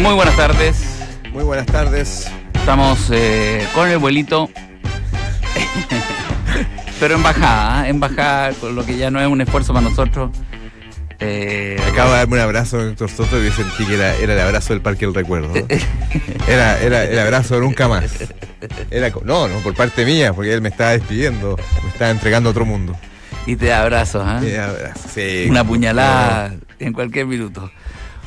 Muy buenas tardes. Muy buenas tardes. Estamos eh, con el vuelito. Pero en bajada, ¿eh? en bajada, con lo que ya no es un esfuerzo para nosotros. Eh, Acaba de darme un abrazo el doctor Soto y yo sentí que era, era el abrazo del Parque del Recuerdo. Era, era el abrazo nunca más. Era, co- no, no, por parte mía, porque él me estaba despidiendo, me estaba entregando a otro mundo. Y te abrazo, ¿ah? Eh, abrazo, sí. Una puñalada en cualquier minuto.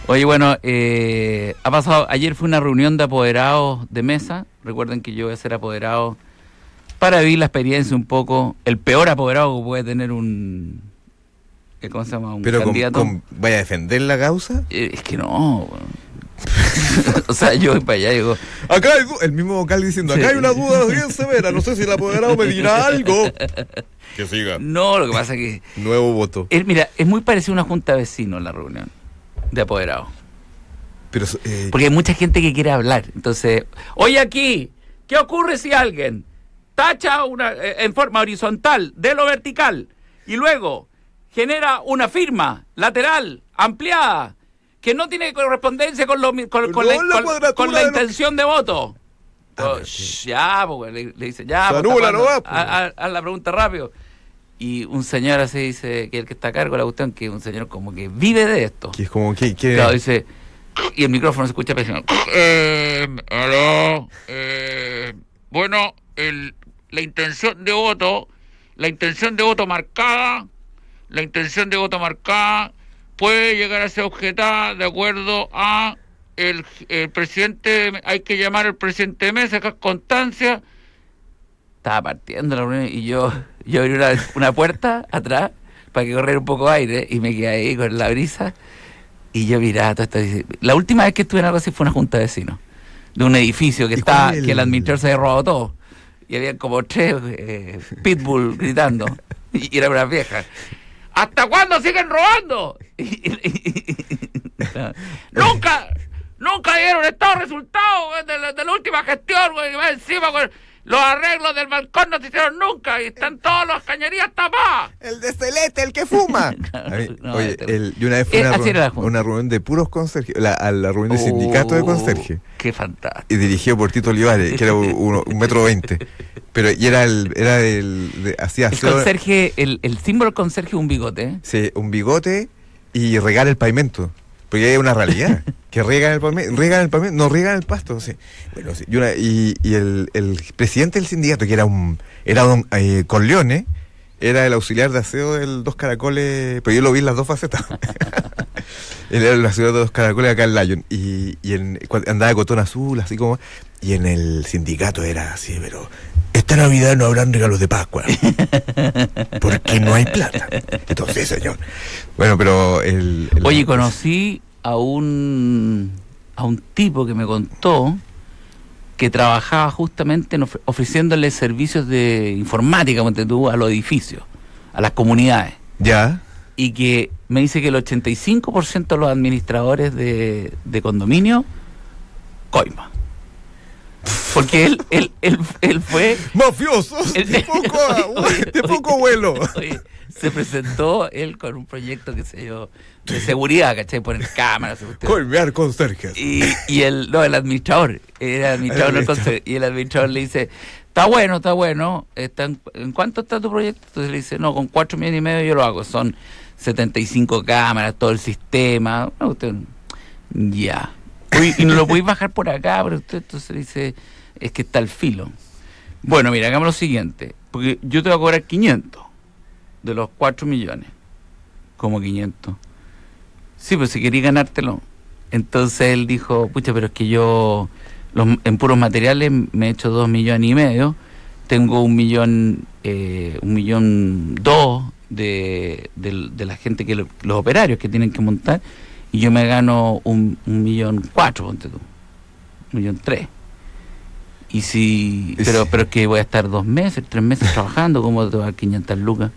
Oye, bueno, eh, ha pasado. Ayer fue una reunión de apoderados de mesa. Recuerden que yo voy a ser apoderado para vivir la experiencia un poco. El peor apoderado que puede tener un. eh, ¿Cómo se llama? Un Pero con, candidato. con- ¿vaya a defender la causa? Eh, es que no. weón. o sea, yo voy para allá y digo, Acá hay du- el mismo vocal diciendo, Sí. acá hay una duda bien severa, no sé si el apoderado me dirá algo. Que siga. no, lo que pasa es que. Nuevo voto. Eh, mira, es muy parecido a una junta de vecinos la reunión de apoderados. Pero, eh, Porque hay mucha gente que quiere hablar. Entonces, oye aquí, ¿qué ocurre si alguien tacha una, eh, en forma horizontal de lo vertical y luego genera una firma lateral ampliada que no tiene correspondencia con, lo mi- con, con la, No la con- cuadratura con la de lo que- intención de voto? Ah, Oh, pero shh, ya, po, le, le dice, ya. Se po, está anula, jugando. no va, po. Haz- haz- haz la pregunta rápido. Y un señor así dice, que el que está a cargo de la cuestión, que un señor como que vive de esto. que es como, que que- Claro, dice. Y el micrófono se escucha pésimo. Eh, aló, eh, bueno, el- la intención de voto, la intención de voto marcada, la intención de voto marcada puede llegar a ser objetada de acuerdo a el, el presidente, hay que llamar al presidente de mesa, acá es constancia, Estaba partiendo la reunión y yo, yo abrí una, una puerta atrás para que corriera un poco de aire y me quedé ahí con la brisa. Y yo miraba todo esto. y dice, La última vez que estuve en algo así fue una junta de vecinos de un edificio que ¿Y cuál estaba, es el- que el administrador se había robado todo. Y había como tres eh, pitbull gritando. Y era una vieja. ¿hasta cuándo siguen robando? Nunca, nunca dieron estos resultados güey, de, la- de la última gestión, güey. y más Encima, güey, los arreglos del balcón no se hicieron nunca y están todas las cañerías tapadas. El de celeste, el que fuma. A mí, No, oye, este- el- yo una vez fui Eh, a una, así era la reunión, junta. una reunión de puros conserjes, la, a la reunión de sindicato de Oh, conserje, Qué fantástico. y dirigido por Tito Olivares, que era uno- un metro veinte. Pero y era el, era el, de- hacía El aseo- conserje, el, el símbolo del conserje es un bigote. ¿eh? sí, un bigote y regar el pavimento. Porque hay una realidad, que riegan el pavimento, riegan el pavimento, no riegan el pasto. sí. Bueno, sí, y, una- y- y el, el presidente del sindicato, que era un, era don eh, Corleone, era el auxiliar de aseo del Dos Caracoles, pero yo lo vi en las dos facetas. Él era el auxiliar de Dos Caracoles acá en Lyon. Y, y en- cuando andaba de cotón azul, así como. Y en el sindicato era así, pero. Esta Navidad no habrán regalos de Pascua. Porque no hay plata. Entonces, señor. Bueno, pero el. el- Oye, conocí a un a un tipo que me contó que trabajaba justamente en ofre- ofreciéndole servicios de informática, ponte tú, a los edificios, a las comunidades. Ya. Y que me dice que el 85% de los administradores de, de condominio, coima. Porque él, él, él, él fue ¡Mafiosos! ¡De poco, agua, de poco abuelo! Oye, se presentó él con un proyecto, qué sé yo, de seguridad, ¿cachai? Poner cámaras. cuestiones. Colmear conserjes. Y, y el, no, el administrador, era administrador, no el conserje, y el administrador le dice, está bueno, está bueno, está en, ¿en cuánto está tu proyecto? Entonces le dice, no, con cuatro millones y medio yo lo hago, son 75 cámaras, todo el sistema, una cuestión, ya. Uy, y no lo podéis bajar por acá, pero usted entonces le dice, es que está el filo. Bueno, mira, hagamos lo siguiente, porque yo te voy a cobrar 500 de los 4 millones. Como 500. Sí, pero si quería ganártelo. Entonces él dijo, pucha, pero es que yo los- en puros materiales me he hecho 2 millones y medio, tengo un millón, eh, un millón dos de, de- de la gente que lo- los operarios que tienen que montar y yo me gano un, un millón cuatro, ponte tú, un millón tres. Y si, Y pero, si- pero es que voy a estar dos meses, tres meses trabajando, ¿cómo te va a dar 500 lucas?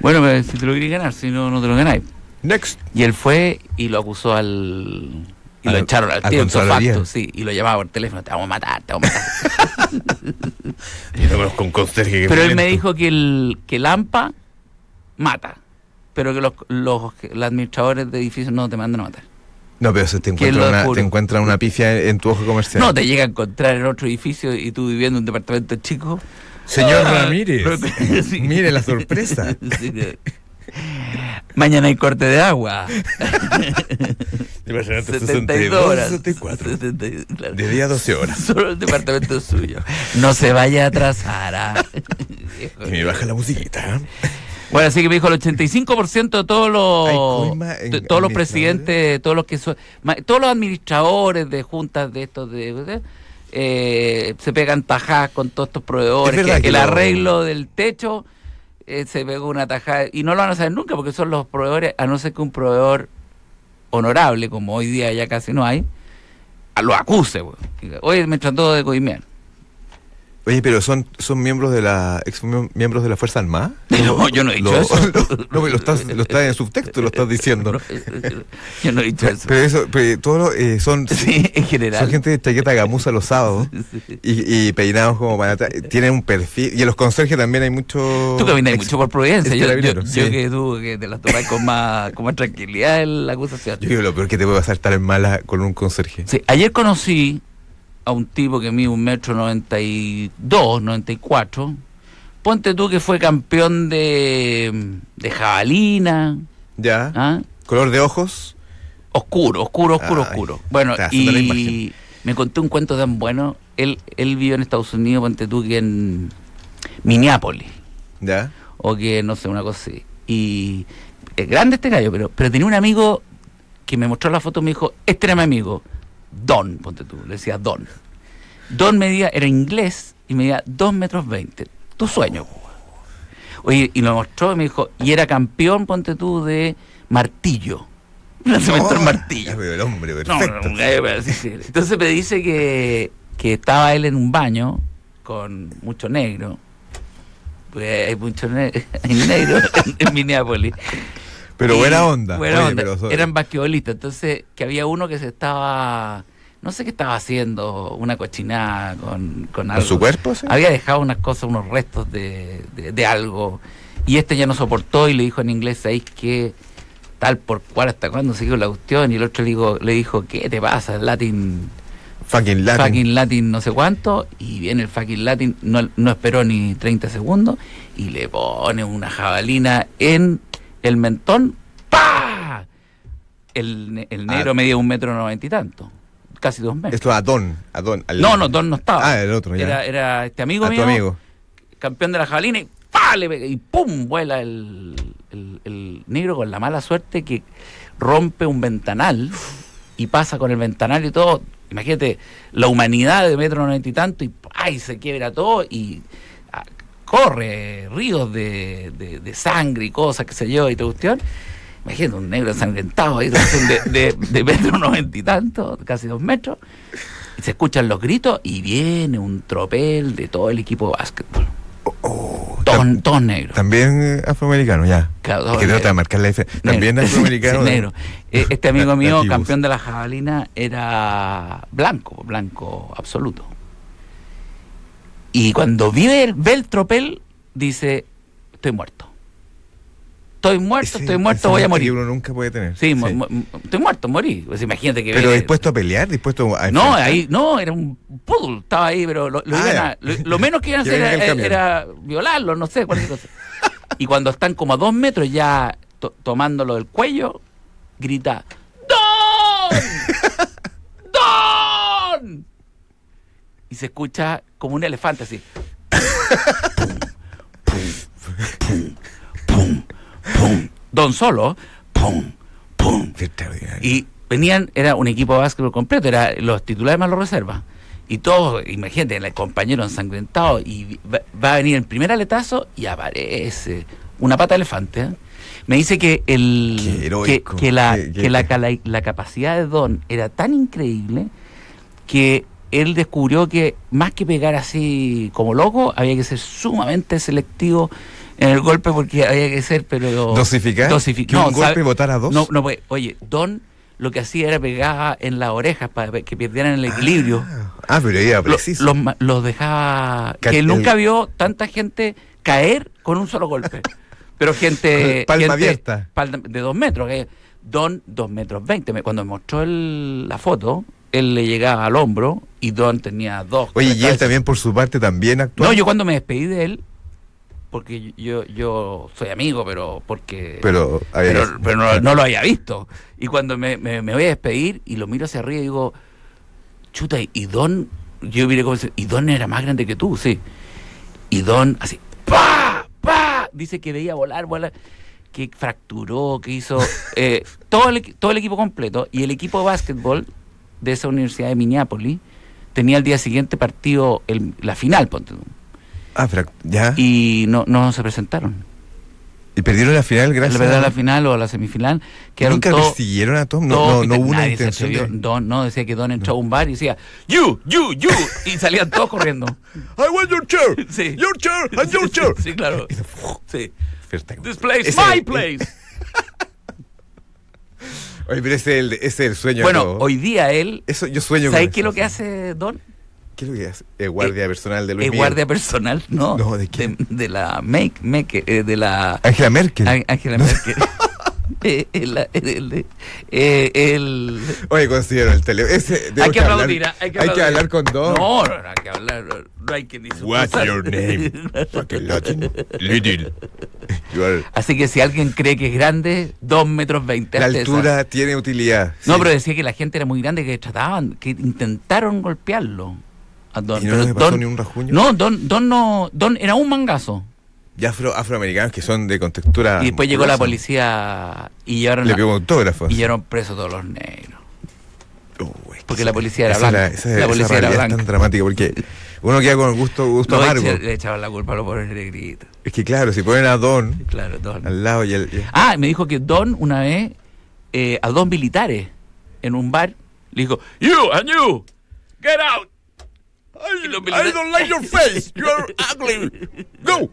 Bueno, pero si te lo querés ganar, si no, no te lo ganáis. Next. Y él fue y lo acusó al. Y lo Al- echaron al a tío, en Contraloría. facto, sí. Y lo llamaba por teléfono, te vamos a matar, te vamos a matar. Yo no conozco un conserje que pero él violento. me dijo que el, que el AMPA mata, pero que los, los, los administradores de edificios no te mandan a matar. No, pero se ¿Quién te encuentra, lo una, te descubre? encuentra una pifia en, en tu ojo comercial. No te llega a encontrar en otro edificio y tú viviendo en un departamento chico. Señor Ah, Ramírez, sí. mire la sorpresa. Sí, no. Mañana hay corte de agua. 72 horas. 64. 70, claro. De día a 12 horas. Solo el departamento es suyo. No se vaya a atrasar. ¿ah? Y me baja la musiquita. ¿eh? Bueno, así que me dijo el 85% de todos Hay los coima en de todos los administradores. presidentes, todos los que son- ma- todos los administradores de juntas de estos de, de- eh, se pegan tajadas con todos estos proveedores, Es verdad que, que el lo- arreglo del techo eh, se pegó una tajada y no lo van a saber nunca porque son los proveedores, a no ser que un proveedor honorable, como hoy día ya casi no hay, a- lo acuse. pues. Diga, Oye, me trató de coimear. Oye, pero son, son miembros de la ex miem- miembros de la Fuerza Armada. No, yo no he dicho Lo- eso. eh, lo- no, pero lo estás, lo estás en subtexto, lo estás diciendo. Yo no he dicho eso. Pero eso, pero todos los, eh, son, Sí, en general. son gente de chaqueta gamuza los sábados Sí. y, y peinados como para atrás. Tienen un perfil. Y en los conserjes también hay mucho. Tú caminas ex- mucho por Providencia. ex Yo, yo, este carabinero, yo sí. que tú que te la tomas con más, con más tranquilidad en la acusación. Yo digo, lo peor que te puede pasar estar en mala con un conserje. Sí, ayer conocí a un tipo que mide un metro noventa y dos, noventa y cuatro. Ponte tú que fue campeón de, de jabalina, Ya. ¿ah? Color de ojos. oscuro, oscuro, oscuro, Ay, oscuro. Bueno, está haciendo la y imagen. me contó un cuento tan bueno. Él, él vivió en Estados Unidos, ponte tú que en Minneapolis. Ya. o que no sé, una cosa así. Y es grande este gallo, pero, pero tenía un amigo que me mostró la foto y me dijo, este era mi amigo, Don, ponte tú, le decía Don. Don medía, era inglés y medía 2 metros 20, tu sueño. po. Oye, y lo mostró y me dijo, y era campeón, ponte tú, de martillo. Lanzamiento del Oh, martillo. ya veo El hombre, No, perfecto. no, un gallo, pero sí, sí. Entonces me dice que, que estaba él en un baño con mucho negro. Pues hay mucho ne- hay negro en, en Minneapolis. Pero Y- buena onda. buena Oye, onda. pero so- Eran basquetbolistas. Entonces, que había uno que se estaba. No sé qué estaba haciendo, una cochinada con, con ¿Con algo. su cuerpo? Sí. Había dejado unas cosas, unos restos de, de- de algo. Y este ya no soportó y le dijo en inglés, ¿sabéis qué? Tal por cual, ¿hasta cuándo siguió la cuestión? Y el otro le dijo, le dijo ¿qué te pasa? Latin, Fucking Latin. fucking Latin no sé cuánto. Y viene el fucking Latin, no, no esperó ni 30 segundos. Y le pone una jabalina en el mentón. ¡Pah! El, ne- el negro Ah. medía un metro noventa y tanto. Casi dos metros. Esto a Don. A Don al- No, no, Don no estaba. Ah, el otro, ya. Era, era este amigo a mío tu amigo. campeón de la jabalina y ¡pa! le pega, y ¡pum! vuela el, el- el negro con la mala suerte que rompe un ventanal y pasa con el ventanal y todo. Imagínate, la humanidad de metro noventa y tanto y ¡ay! se quiebra todo y ah, corre ríos de, de- de sangre y cosas, qué sé yo, y toda cuestión. Imagínate un negro ensangrentado ahí, de, de, de metro noventa y tanto, casi dos metros. Y se escuchan los gritos y viene un tropel de todo el equipo de básquetbol. Todos Tam- todos negros. También eh, afroamericano, ya. Claro, Es que negro. trata de marcar la diferencia. Negro. También Sí, afroamericano. sí, negro. Eh, Este amigo Na- mío, nativos. campeón de la jabalina, era blanco, blanco absoluto. Y cuando vive el, ve el tropel, dice, estoy muerto. Estoy muerto, Ese estoy muerto, voy a pensamiento morir. Que uno nunca puede tener. Sí, mu- mu- estoy muerto, morí. Pues imagínate que... Pero ve- dispuesto a pelear, dispuesto a. No, enfrentar. ahí, no, era un poodle, estaba ahí, pero lo, lo Ah, iban ya. a- lo- lo menos que iban a Que hacer venga el era, camión. era violarlo, no sé, cualquier cosa. Y cuando están como a dos metros ya to- tomándolo del cuello, grita, ¡Don! ¡Don! Y se escucha como un elefante así. Pum, pum, pum, pum. Don solo, pum, pum. Qué extraordinario. eh. Y venían, era un equipo de básquetbol completo, era los titulares más los reservas. Y todos, imagínate, el compañero ensangrentado, y va, va a venir el primer aletazo y aparece una pata de elefante. ¿eh? Me dice que Qué el que, heroico. que la, Qué- qué- que la, cala- la capacidad de Don era tan increíble que él descubrió que más que pegar así como loco, había que ser sumamente selectivo en el golpe porque había que ser, pero... ¿Dosificar? Dosifi- ¿Que un golpe sabe- botara dos? No, no, pues, oye, Don lo que hacía era pegaba en las orejas para que perdieran el equilibrio. Ah, pero era Lo- preciso. los, ma- los dejaba... Ca- que el- nunca vio tanta gente caer con un solo golpe. Pero gente... Palma gente- abierta. palma- de dos metros. que Don, 2 metros 20. Me- Cuando me mostró el- la foto, él le llegaba al hombro y Don tenía dos. Oye, tres y él cabezas. también por su parte también actúa. No, yo cuando me despedí de él, porque yo, yo soy amigo, pero porque. Pero, a ver, pero, pero no, no lo había visto. Y cuando me, me- me voy a despedir y lo miro hacia arriba y digo, chuta, y Don, yo miré como, y Don era más grande que tú, sí. Y Don, así, ¡pa! ¡pa! Dice que veía volar, volar, que fracturó, que hizo eh, todo, el, equi- todo el equipo completo. Y el equipo de básquetbol de esa universidad de Minneapolis tenía el día siguiente partido, el- la final, ponte tú. ah, frac- ya. Y, Y no, no se presentaron. perdieron la final La gracias. verdad, a- la final o la semifinal quedaron Nunca todos- persiguieron a Tom. No, todos no, no pita- hubo una nadie se intención. atrevió. de- Don, no, decía que Don entró a un bar y decía, you, you, you, y salían todos corriendo. I want your chair. Sí. Your chair and your Sí, chair. Sí, claro. Sí. This place, Ese- eh, my place. Oye, pero ese es el, ese es el sueño. Bueno, ¿no? hoy día él, Eso yo sueño ¿sabes con qué es eso. lo que hace Don? ¿Qué es lo que hace? Eh, guardia personal de Luis Es Miguel. guardia personal, ¿no? No, ¿de quién? de la Make, Make, eh, de la... Angela Merkel. Á- Ángela Merkel. Eh, el- el- eh, el- Oye, considero el teléfono. Ese, hay tenemos que hablar- aplaudir, hay que aplaudir. hablar con dos. No, no, no hay que hablar, no hay que ni What's supusar. your name? Fucking Latin. Little. You are- Así que si alguien cree que es grande, 2 metros 20. La hazte esa. altura tiene utilidad. No, sí. pero decía que la gente era muy grande, que trataban, que intentaron golpearlo. A Don, Y no pero le pasó Don- ni un rasguño. No, Don, Don no, Don era un mangazo. Y afro, afroamericanos que son de contextura. y después llegó la musculosa. policía y llevaron, Ah, Le a- pegó autógrafos. y llevaron presos todos los negros. Oh, es que Porque esa- la policía era esa blanca. esa- La esa policía era realidad es blanca. tan dramática porque uno queda con gusto, gusto No, amargo. echa- le echaban la culpa a los pobres negritos. Es que claro, si ponen a Don Claro, Don. al lado y el. y- Ah, me dijo que Don una vez eh, a dos militares en un bar le dijo, You and you, get out. Y los militares- Go.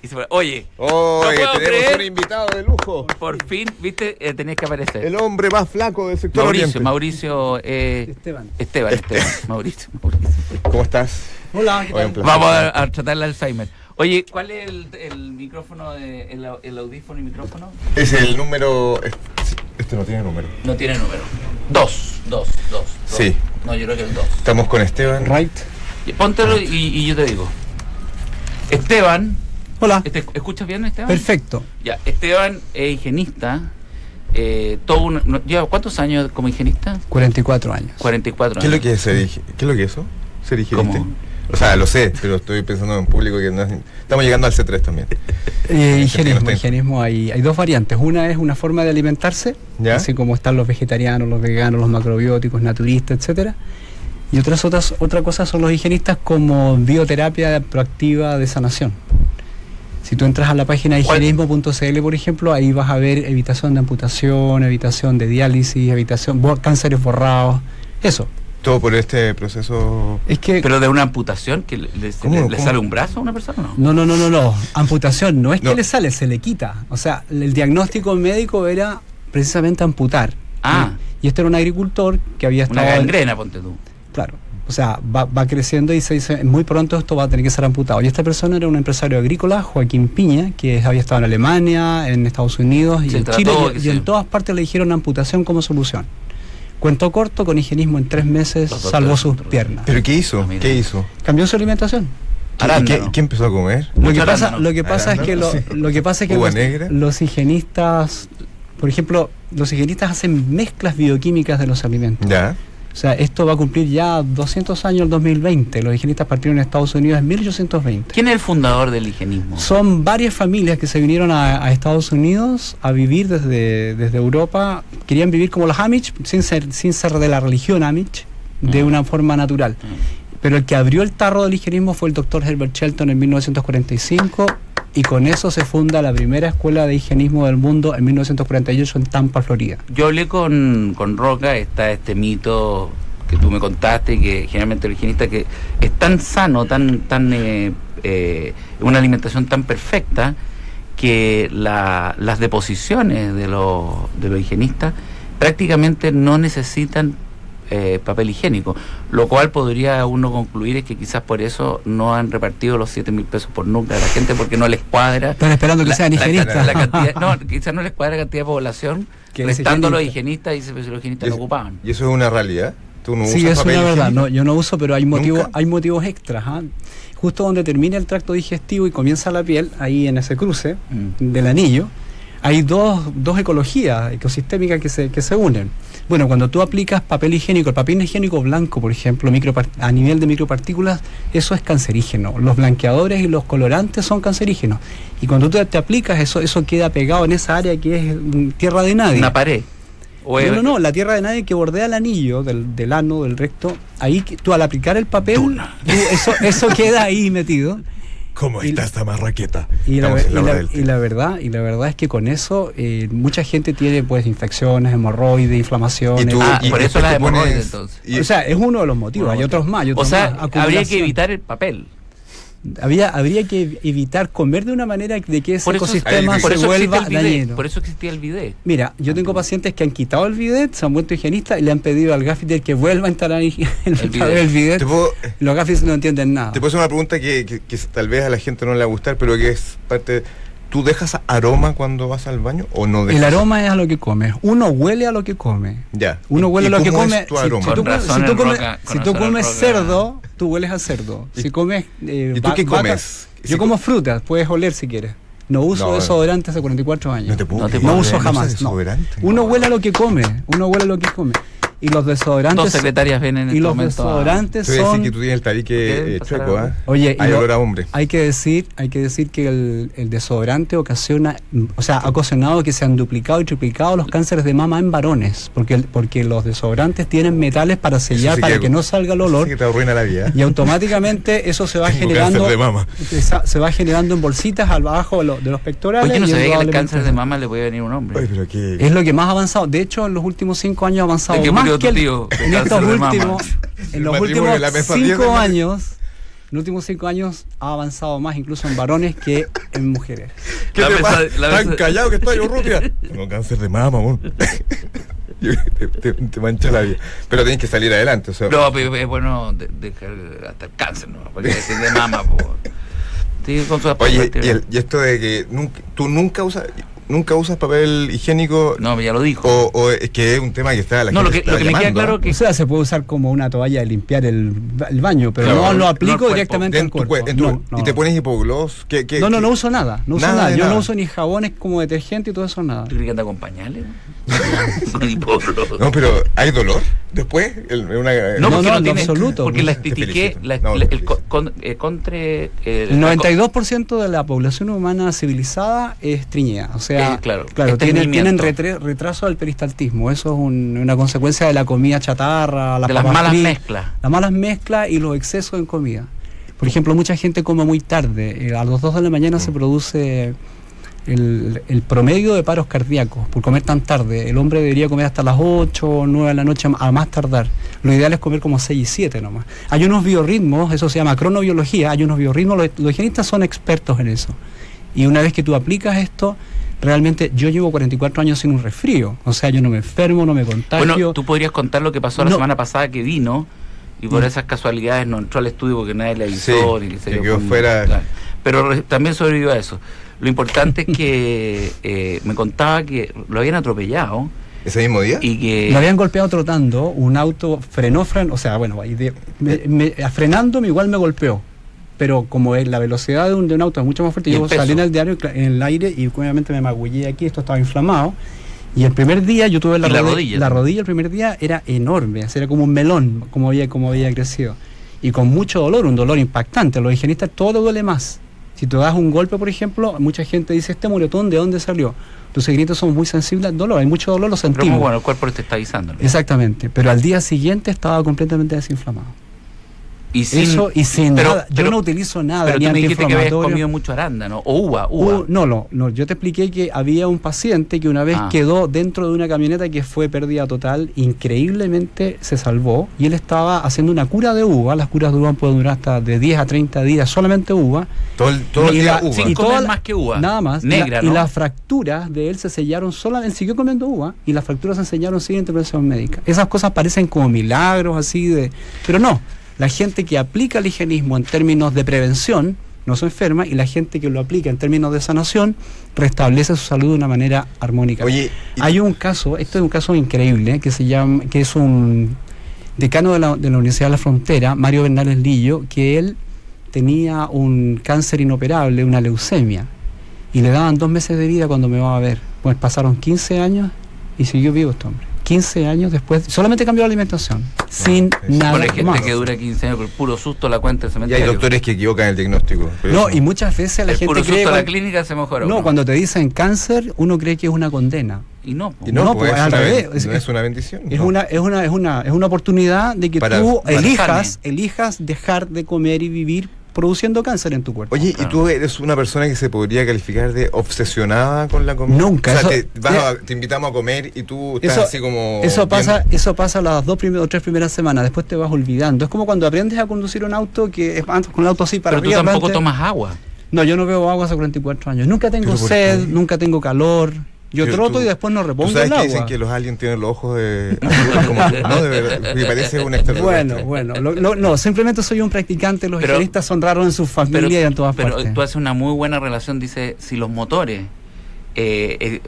Y se fue, Oye, Oye, No puedo tenemos creer. un invitado de lujo. por fin, viste, eh, tenías que aparecer. El hombre más flaco del sector oriente. Mauricio, Mauricio, eh, Esteban. Esteban, Este. Esteban, Mauricio, Mauricio. ¿Cómo estás? Hola, ¿qué Oye, tal? un placer. Vamos a, a tratar el Alzheimer. Oye, ¿cuál es el, el micrófono, de- el, au- el audífono y micrófono? Es el número. Este no tiene número. No tiene número. Dos, dos, dos. dos. Sí. No, yo creo que el dos. Estamos con Esteban. Right. Y Póntelo y, y yo te digo. Esteban, Hola. este, ¿escuchas bien Esteban? Perfecto. Ya, Esteban es higienista. eh, todo un- no- ¿Lleva cuántos años como higienista? 44 años. 44 ¿Qué es lo años. que es ser higi- ¿Qué es lo que es eso? ¿Ser higienista? ¿Cómo? O sea, lo sé, pero estoy pensando en público que no es- Estamos llegando al C3 también. Eh, higienismo, Perfecto. higienismo hay, hay dos variantes. Una es una forma de alimentarse, ¿Ya? así como están los vegetarianos, los veganos, los macrobióticos, naturistas, etcétera. Y otras otras otra cosa son los higienistas como bioterapia proactiva de sanación. Si tú entras a la página de ¿Cuál? higienismo.cl, por ejemplo, ahí vas a ver evitación de amputación, evitación de diálisis, evitación bo- cánceres borrados, eso. Todo por este proceso. Es que Pero de una amputación que le, le- ¿Cómo, le- le cómo? Mm, sale un brazo a una persona, ¿no? No, no, no, no, no. Amputación no es No. que le sale, se le quita. O sea, el diagnóstico médico era precisamente amputar. Ah. mm. Y y este era un agricultor que había Una estado. gangrena, ponte tú. Claro. O sea, va, va creciendo y se dice, muy pronto esto va a tener que ser amputado. Y esta persona era un empresario agrícola, Joaquín Piña, que había estado en Alemania, en Estados Unidos y Se en trató, Chile. que Y, y se- en todas partes le dijeron amputación como solución. Cuento corto, con higienismo en tres meses, Los doctores salvó sus son- piernas. ¿Pero qué hizo? Ah, mira. ¿Qué hizo? Cambió su alimentación. ¿Qué- Arándano. ¿Qué, qué empezó a comer? Lo Mucho que, pasa, arándano. lo que pasa es que lo, Arándano, sí. lo que pasa es que Uva los, negra. los higienistas, por ejemplo, los higienistas hacen mezclas bioquímicas de los alimentos. Ya. O sea, esto va a cumplir ya 200 años el 2020. Los higienistas partieron en Estados Unidos en 1820. ¿Quién es el fundador del higienismo? Son varias familias que se vinieron a, a Estados Unidos a vivir desde, desde Europa. Querían vivir como los Amish, sin ser, sin ser de la religión Amish, de Mm. una forma natural. Pero el que abrió el tarro del higienismo fue el doctor Herbert Shelton en 1945 y con eso se funda la primera escuela de higienismo del mundo en 1948 en Tampa, Florida. Yo hablé con, con Roca, está este mito que tú me contaste, que generalmente el higienista que es tan sano, tan, tan eh, eh, una alimentación tan perfecta, que la- las deposiciones de los, de los higienistas prácticamente no necesitan eh, papel higiénico, lo cual podría uno concluir es que quizás por eso no han repartido los 7 mil pesos por nunca a la gente porque no les cuadra. Están esperando que la- sean la- higienistas. la cantidad- no, quizás no les cuadra la cantidad de población, Que es restando los higienista. higienistas y se pues, los higienistas Y no es- ocupaban. Y eso es una realidad. Tú no Sí, usas eso es papel la verdad. higiénico. No, yo no uso, pero hay motivos, ¿Nunca? hay motivos extras. ¿ah? Justo donde termina el tracto digestivo y comienza la piel, ahí en ese cruce Mm. del anillo, hay dos, dos ecologías ecosistémicas que se, que se unen. Bueno, cuando tú aplicas papel higiénico, el papel higiénico blanco, por ejemplo, micropar- a nivel de micropartículas, eso es cancerígeno. Los blanqueadores y los colorantes son cancerígenos. Y cuando tú te aplicas eso, eso queda pegado en esa área que es mm, tierra de nadie. Una pared. O es- No, no, no, la tierra de nadie que bordea el anillo del, del ano, del recto, ahí que- tú al aplicar el papel, Duna. tú- eso, eso queda ahí metido. ¿Cómo Y- está esta marraqueta? Y la, Estamos ver- en la y hora la- del té. y la verdad, y la verdad es que con eso eh, mucha gente tiene pues infecciones, hemorroides, inflamaciones. Y tú- Ah, y por eso después la te hemorroide, pones- entonces. y- o sea, es uno de los motivos, hay otros más. hay o otros sea, más, habría que acumulación. evitar el papel. Había, habría que evitar comer de una manera de que ese Por eso, ecosistema Ahí- se por eso existe vuelva el bidet, dañero. Por eso existía el bidet. Mira, yo tengo pacientes que han quitado el bidet, se han vuelto higienistas y le han pedido al gaffiter que vuelva a instalar el, el bidet. bidet. te puedo, Los gaffis no entienden nada. te puedo hacer una pregunta que, que- que tal vez a la gente no le va a gustar, pero que es parte. de- ¿Tú dejas aroma cuando vas al baño o no dejas? El aroma es a lo que comes. Uno huele a lo que come. Ya. Uno ¿Y- huele y a lo que cómo es come. tu aroma? Si, si tú, Con razón si tú el comes, Roca- si con tú razón el comes Roca. cerdo, tú hueles a cerdo. ¿Y- Si comes. eh, ¿Y tú va- qué vaca- comes? Si yo como frutas, puedes oler si quieres. No uso No, desodorante hace 44 años. No te puedo No te creer, puedo No creer, uso usas jamás. no. desodorante, Uno no. huele a lo que come. Uno huele a lo que come. Y los Dos desodorantes. secretarias vienen en y este los momento. a- desodorantes Te voy a decir son. que tú tienes el ¿Qué? tabique eh, Pasar chueco, algo. ¿ah? Oye, y Hay lo- olor a hombre. Hay que decir, hay que decir que el, el desodorante ocasiona, o sea, ha ocasionado que se han duplicado y triplicado los cánceres de mama en varones, porque el- porque los desodorantes tienen metales para sellar sí para que- que, no salga el Eso olor sí que te arruina la vida. y automáticamente eso se va Tengo generando cáncer de mama. esa- se va generando en bolsitas al bajo de los, de los pectorales. Oye, no y sabía que el indudablemente- cáncer de mama le podía venir a un Oye, hombre. pero que. es lo que más ha avanzado. De hecho, en los últimos cinco años ha avanzado ¿De qué más murió tu que el- tío? De en estos cáncer de mama. últimos, en El los matrimonio últimos de la mesa diez de cinco matrimonio. años, en los últimos cinco años ha avanzado más incluso en varones que en mujeres. ¿Qué La te mesa- pasa? la Tan mesa- callado que estoy, Urrutia. Tengo cáncer de mama, amor. Yo- te, te- te mancha la vida. Pero tienes que salir adelante. O sea, No, pero es bueno de- dejar hasta el cáncer, ¿no? Porque es de mama, po. Sí, con su Oye, y, el- y esto de que nunca- tú nunca usas nunca usas papel higiénico No, ya lo dijo. o, o es que es un tema que está la no, lo que, gente lo que está me queda llamando, claro ¿ah? que O sea, se puede usar como una toalla de limpiar el, ba- el baño, pero Claro, no no lo al aplico cuerpo, directamente En al tu cuerpo. cue- en tu- no, no. Y te pones hipogloss. ¿qué- qué- no, no, qué? no uso nada. No uso Nada nada. de Yo nada. no uso ni jabones como detergente y todo eso nada. ¿Tú crees que anda con pañales? Con hipólogo. No, pero hay dolor después. El- una- No, No, porque no, no, en tiene, absoluto. Porque Te las critiqué, felicito. las- No, la- te el co- felicito. con- eh, contra... eh, El la co- 92% de la población humana civilizada es triñida. O sea, Eh, claro, es tienen, tienen estreñimiento. retre- retraso del peristaltismo. Eso es un- una consecuencia de la comida chatarra, de las papas malas fritas, mezclas. Las malas mezclas y los excesos en comida. Por ejemplo, mucha gente come muy tarde. Eh, A las 2 de la Mm. mañana se produce el, el promedio de paros cardíacos por comer tan tarde. El hombre debería comer hasta las 8 o 9 de la noche a más tardar. Lo ideal es comer como 6 y 7 nomás. Hay unos biorritmos, eso se llama cronobiología, hay unos biorritmos, los, los higienistas son expertos en eso. Y una vez que tú aplicas esto, realmente yo llevo 44 años sin un resfrío. O sea, yo no me enfermo, no me contagio. Bueno, tú podrías contar lo que pasó la No. Mm. semana pasada que vino y por esas casualidades no entró al estudio porque nadie le avisó. Sí, ni que dio quedó cuenta. fuera. Claro. Pero re- también sobrevivió a eso. Lo importante es que eh, me contaba que lo habían atropellado ¿Ese mismo día? y que... Me habían golpeado trotando, un auto frenó, fren, o sea, bueno, ahí de- Eh, me- me- frenándome igual me golpeó. Pero como es la velocidad de un, de un auto es mucho más fuerte, Y el yo salí peso. en el diario, cla- en el aire, y obviamente me magullé aquí, esto estaba inflamado. Y el primer día yo tuve la, Y la rode- rodilla. La rodilla el primer día era enorme, así era como un melón, como había, como había crecido. Y con mucho dolor, un dolor impactante. A los higienistas todo duele más. Si tú das un golpe, por ejemplo, mucha gente dice, este moretón, ¿de dónde salió? Los higienistas somos muy sensibles al dolor, hay mucho dolor, lo pero sentimos. bueno, el cuerpo te está avisando. ¿no? Exactamente, pero al día siguiente estaba completamente desinflamado. Y sin- Eso y sin pero- nada. Yo pero- no utilizo nada. Pero ni tú me dijiste que habías antiinflamatorio. comido mucho arándano o uva, uva. Hubo- no, no, no, yo te expliqué que había un paciente que una vez Ah. quedó dentro de una camioneta que fue pérdida total, increíblemente se salvó y él estaba haciendo una cura de uva, las curas de uva pueden durar hasta de 10 a 30 días, solamente uva. Todo el, todo el Y día la- uva. sin y comer toda la- más que uva. Nada más. Y la- Negra, y, ¿no? las fracturas de él se sellaron solamente, él siguió comiendo uva y las fracturas se sellaron sin intervención médica. Esas cosas parecen como milagros así de... Pero no, la gente que aplica el higienismo en términos de prevención no se enferma y la gente que lo aplica en términos de sanación restablece su salud de una manera armónica. Oye, Ah, y- Hay un caso, esto es un caso increíble, que se llama, que es un decano de la, de la Universidad de la Frontera, Mario Bernales Lillo, que él tenía un cáncer inoperable, una leucemia, y le daban dos meses de vida cuando me va a ver. Pues pasaron 15 años y siguió vivo este hombre. 15 años después, solamente cambió la alimentación, sin es- nada Bueno, hay gente más. que dura 15 años por puro susto la cuenta del y hay cementerio. doctores que equivocan el diagnóstico. pero No, eso- y muchas veces la el gente puro susto cree... a la cuan- clínica se mejoró. no, cuando te dicen cáncer, uno cree que es una condena. Y no. po. y no, no, pues, pues, es al una revés, ben- es- no es una bendición. Es no. una, es una, es una, es una oportunidad de que Para- tú para elijas, elijas dejar de comer y vivir produciendo cáncer en tu cuerpo. Oye, ¿y Claro. Ah. tú eres una persona que se podría calificar de obsesionada con la comida? Nunca, O sea, eso- te, vas a- te invitamos a comer y tú estás eso, así como... eso oh, bien- pasa, eso pasa las dos primeras o tres primeras semanas, después te vas olvidando. Es como cuando aprendes a conducir un auto que es antes con un auto así para Pero tú arriba, tampoco adelante. tomas agua. No, yo no bebo agua hace 44 años. Nunca tengo Pero ¿por sed, qué? nunca tengo calor. Yo Pero troto tú- y después no ¿Tú repongo sabes el que agua. dicen que los aliens tienen los ojos de... azules como- no, de verdad, que parece un extraterrestre. Bueno, bueno, lo- lo- no, simplemente soy un practicante, los Pero- higienistas son raros en su familia Pero, y en todas pero partes. tú haces una muy buena relación, dice, si los motores eh, eh,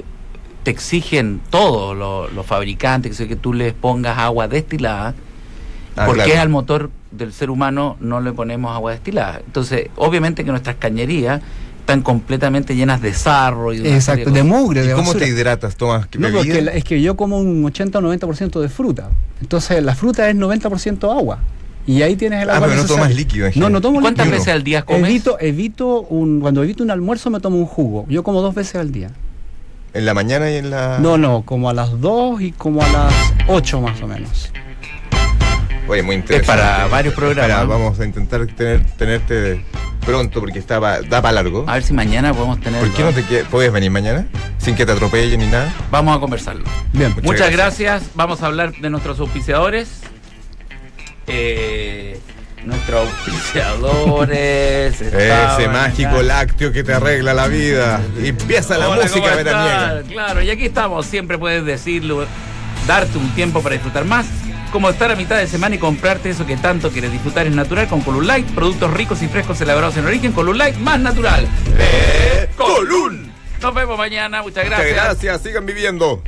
te exigen todos los fabricantes, que, sé que tú les pongas agua destilada, Ah, ¿por claro. qué al motor del ser humano no le ponemos agua destilada? Entonces, obviamente que nuestras cañerías están completamente llenas de sarro y de una serie Exacto, de cosas. mugre, ¿Y de cómo basura. te hidratas? ¿Tomas No, bebida? porque la- es que yo como un 80 o 90% de fruta. Entonces la fruta es 90% agua. Y ahí tienes el Ah, agua. pero no necesaria. tomas líquido, en No, general. no tomo ¿Cuántas Yo no. líquido. veces al día comes? Evito, evito un, cuando evito un almuerzo me tomo un jugo. Yo como dos veces al día. ¿En la mañana y en la...? No, no, como a las 2 y como a las 8 más o menos. Oye, muy interesante. para varios programas. Espera, vamos a intentar tener, tenerte pronto porque está pa- da para largo. A ver si mañana podemos tener... ¿Por qué no te quie- puedes venir mañana? Sin que te atropellen ni nada. Vamos a conversarlo. Bien. Muchas Muchas gracias. gracias. Vamos a hablar de nuestros auspiciadores. Eh, nuestros auspiciadores. Ese estaban mágico acá. lácteo que te arregla la vida. Y empieza la Hola, música ¿eh? ¿cómo veraniega. están? Claro, y aquí estamos. Siempre puedes decirlo, darte un tiempo para disfrutar más. Como estar a mitad de semana y comprarte eso que tanto quieres disfrutar es natural con Column Light. Productos ricos y frescos elaborados en origen. Column Light más natural. De Column. Nos vemos mañana. Muchas Eh, Muchas gracias. gracias, sigan viviendo.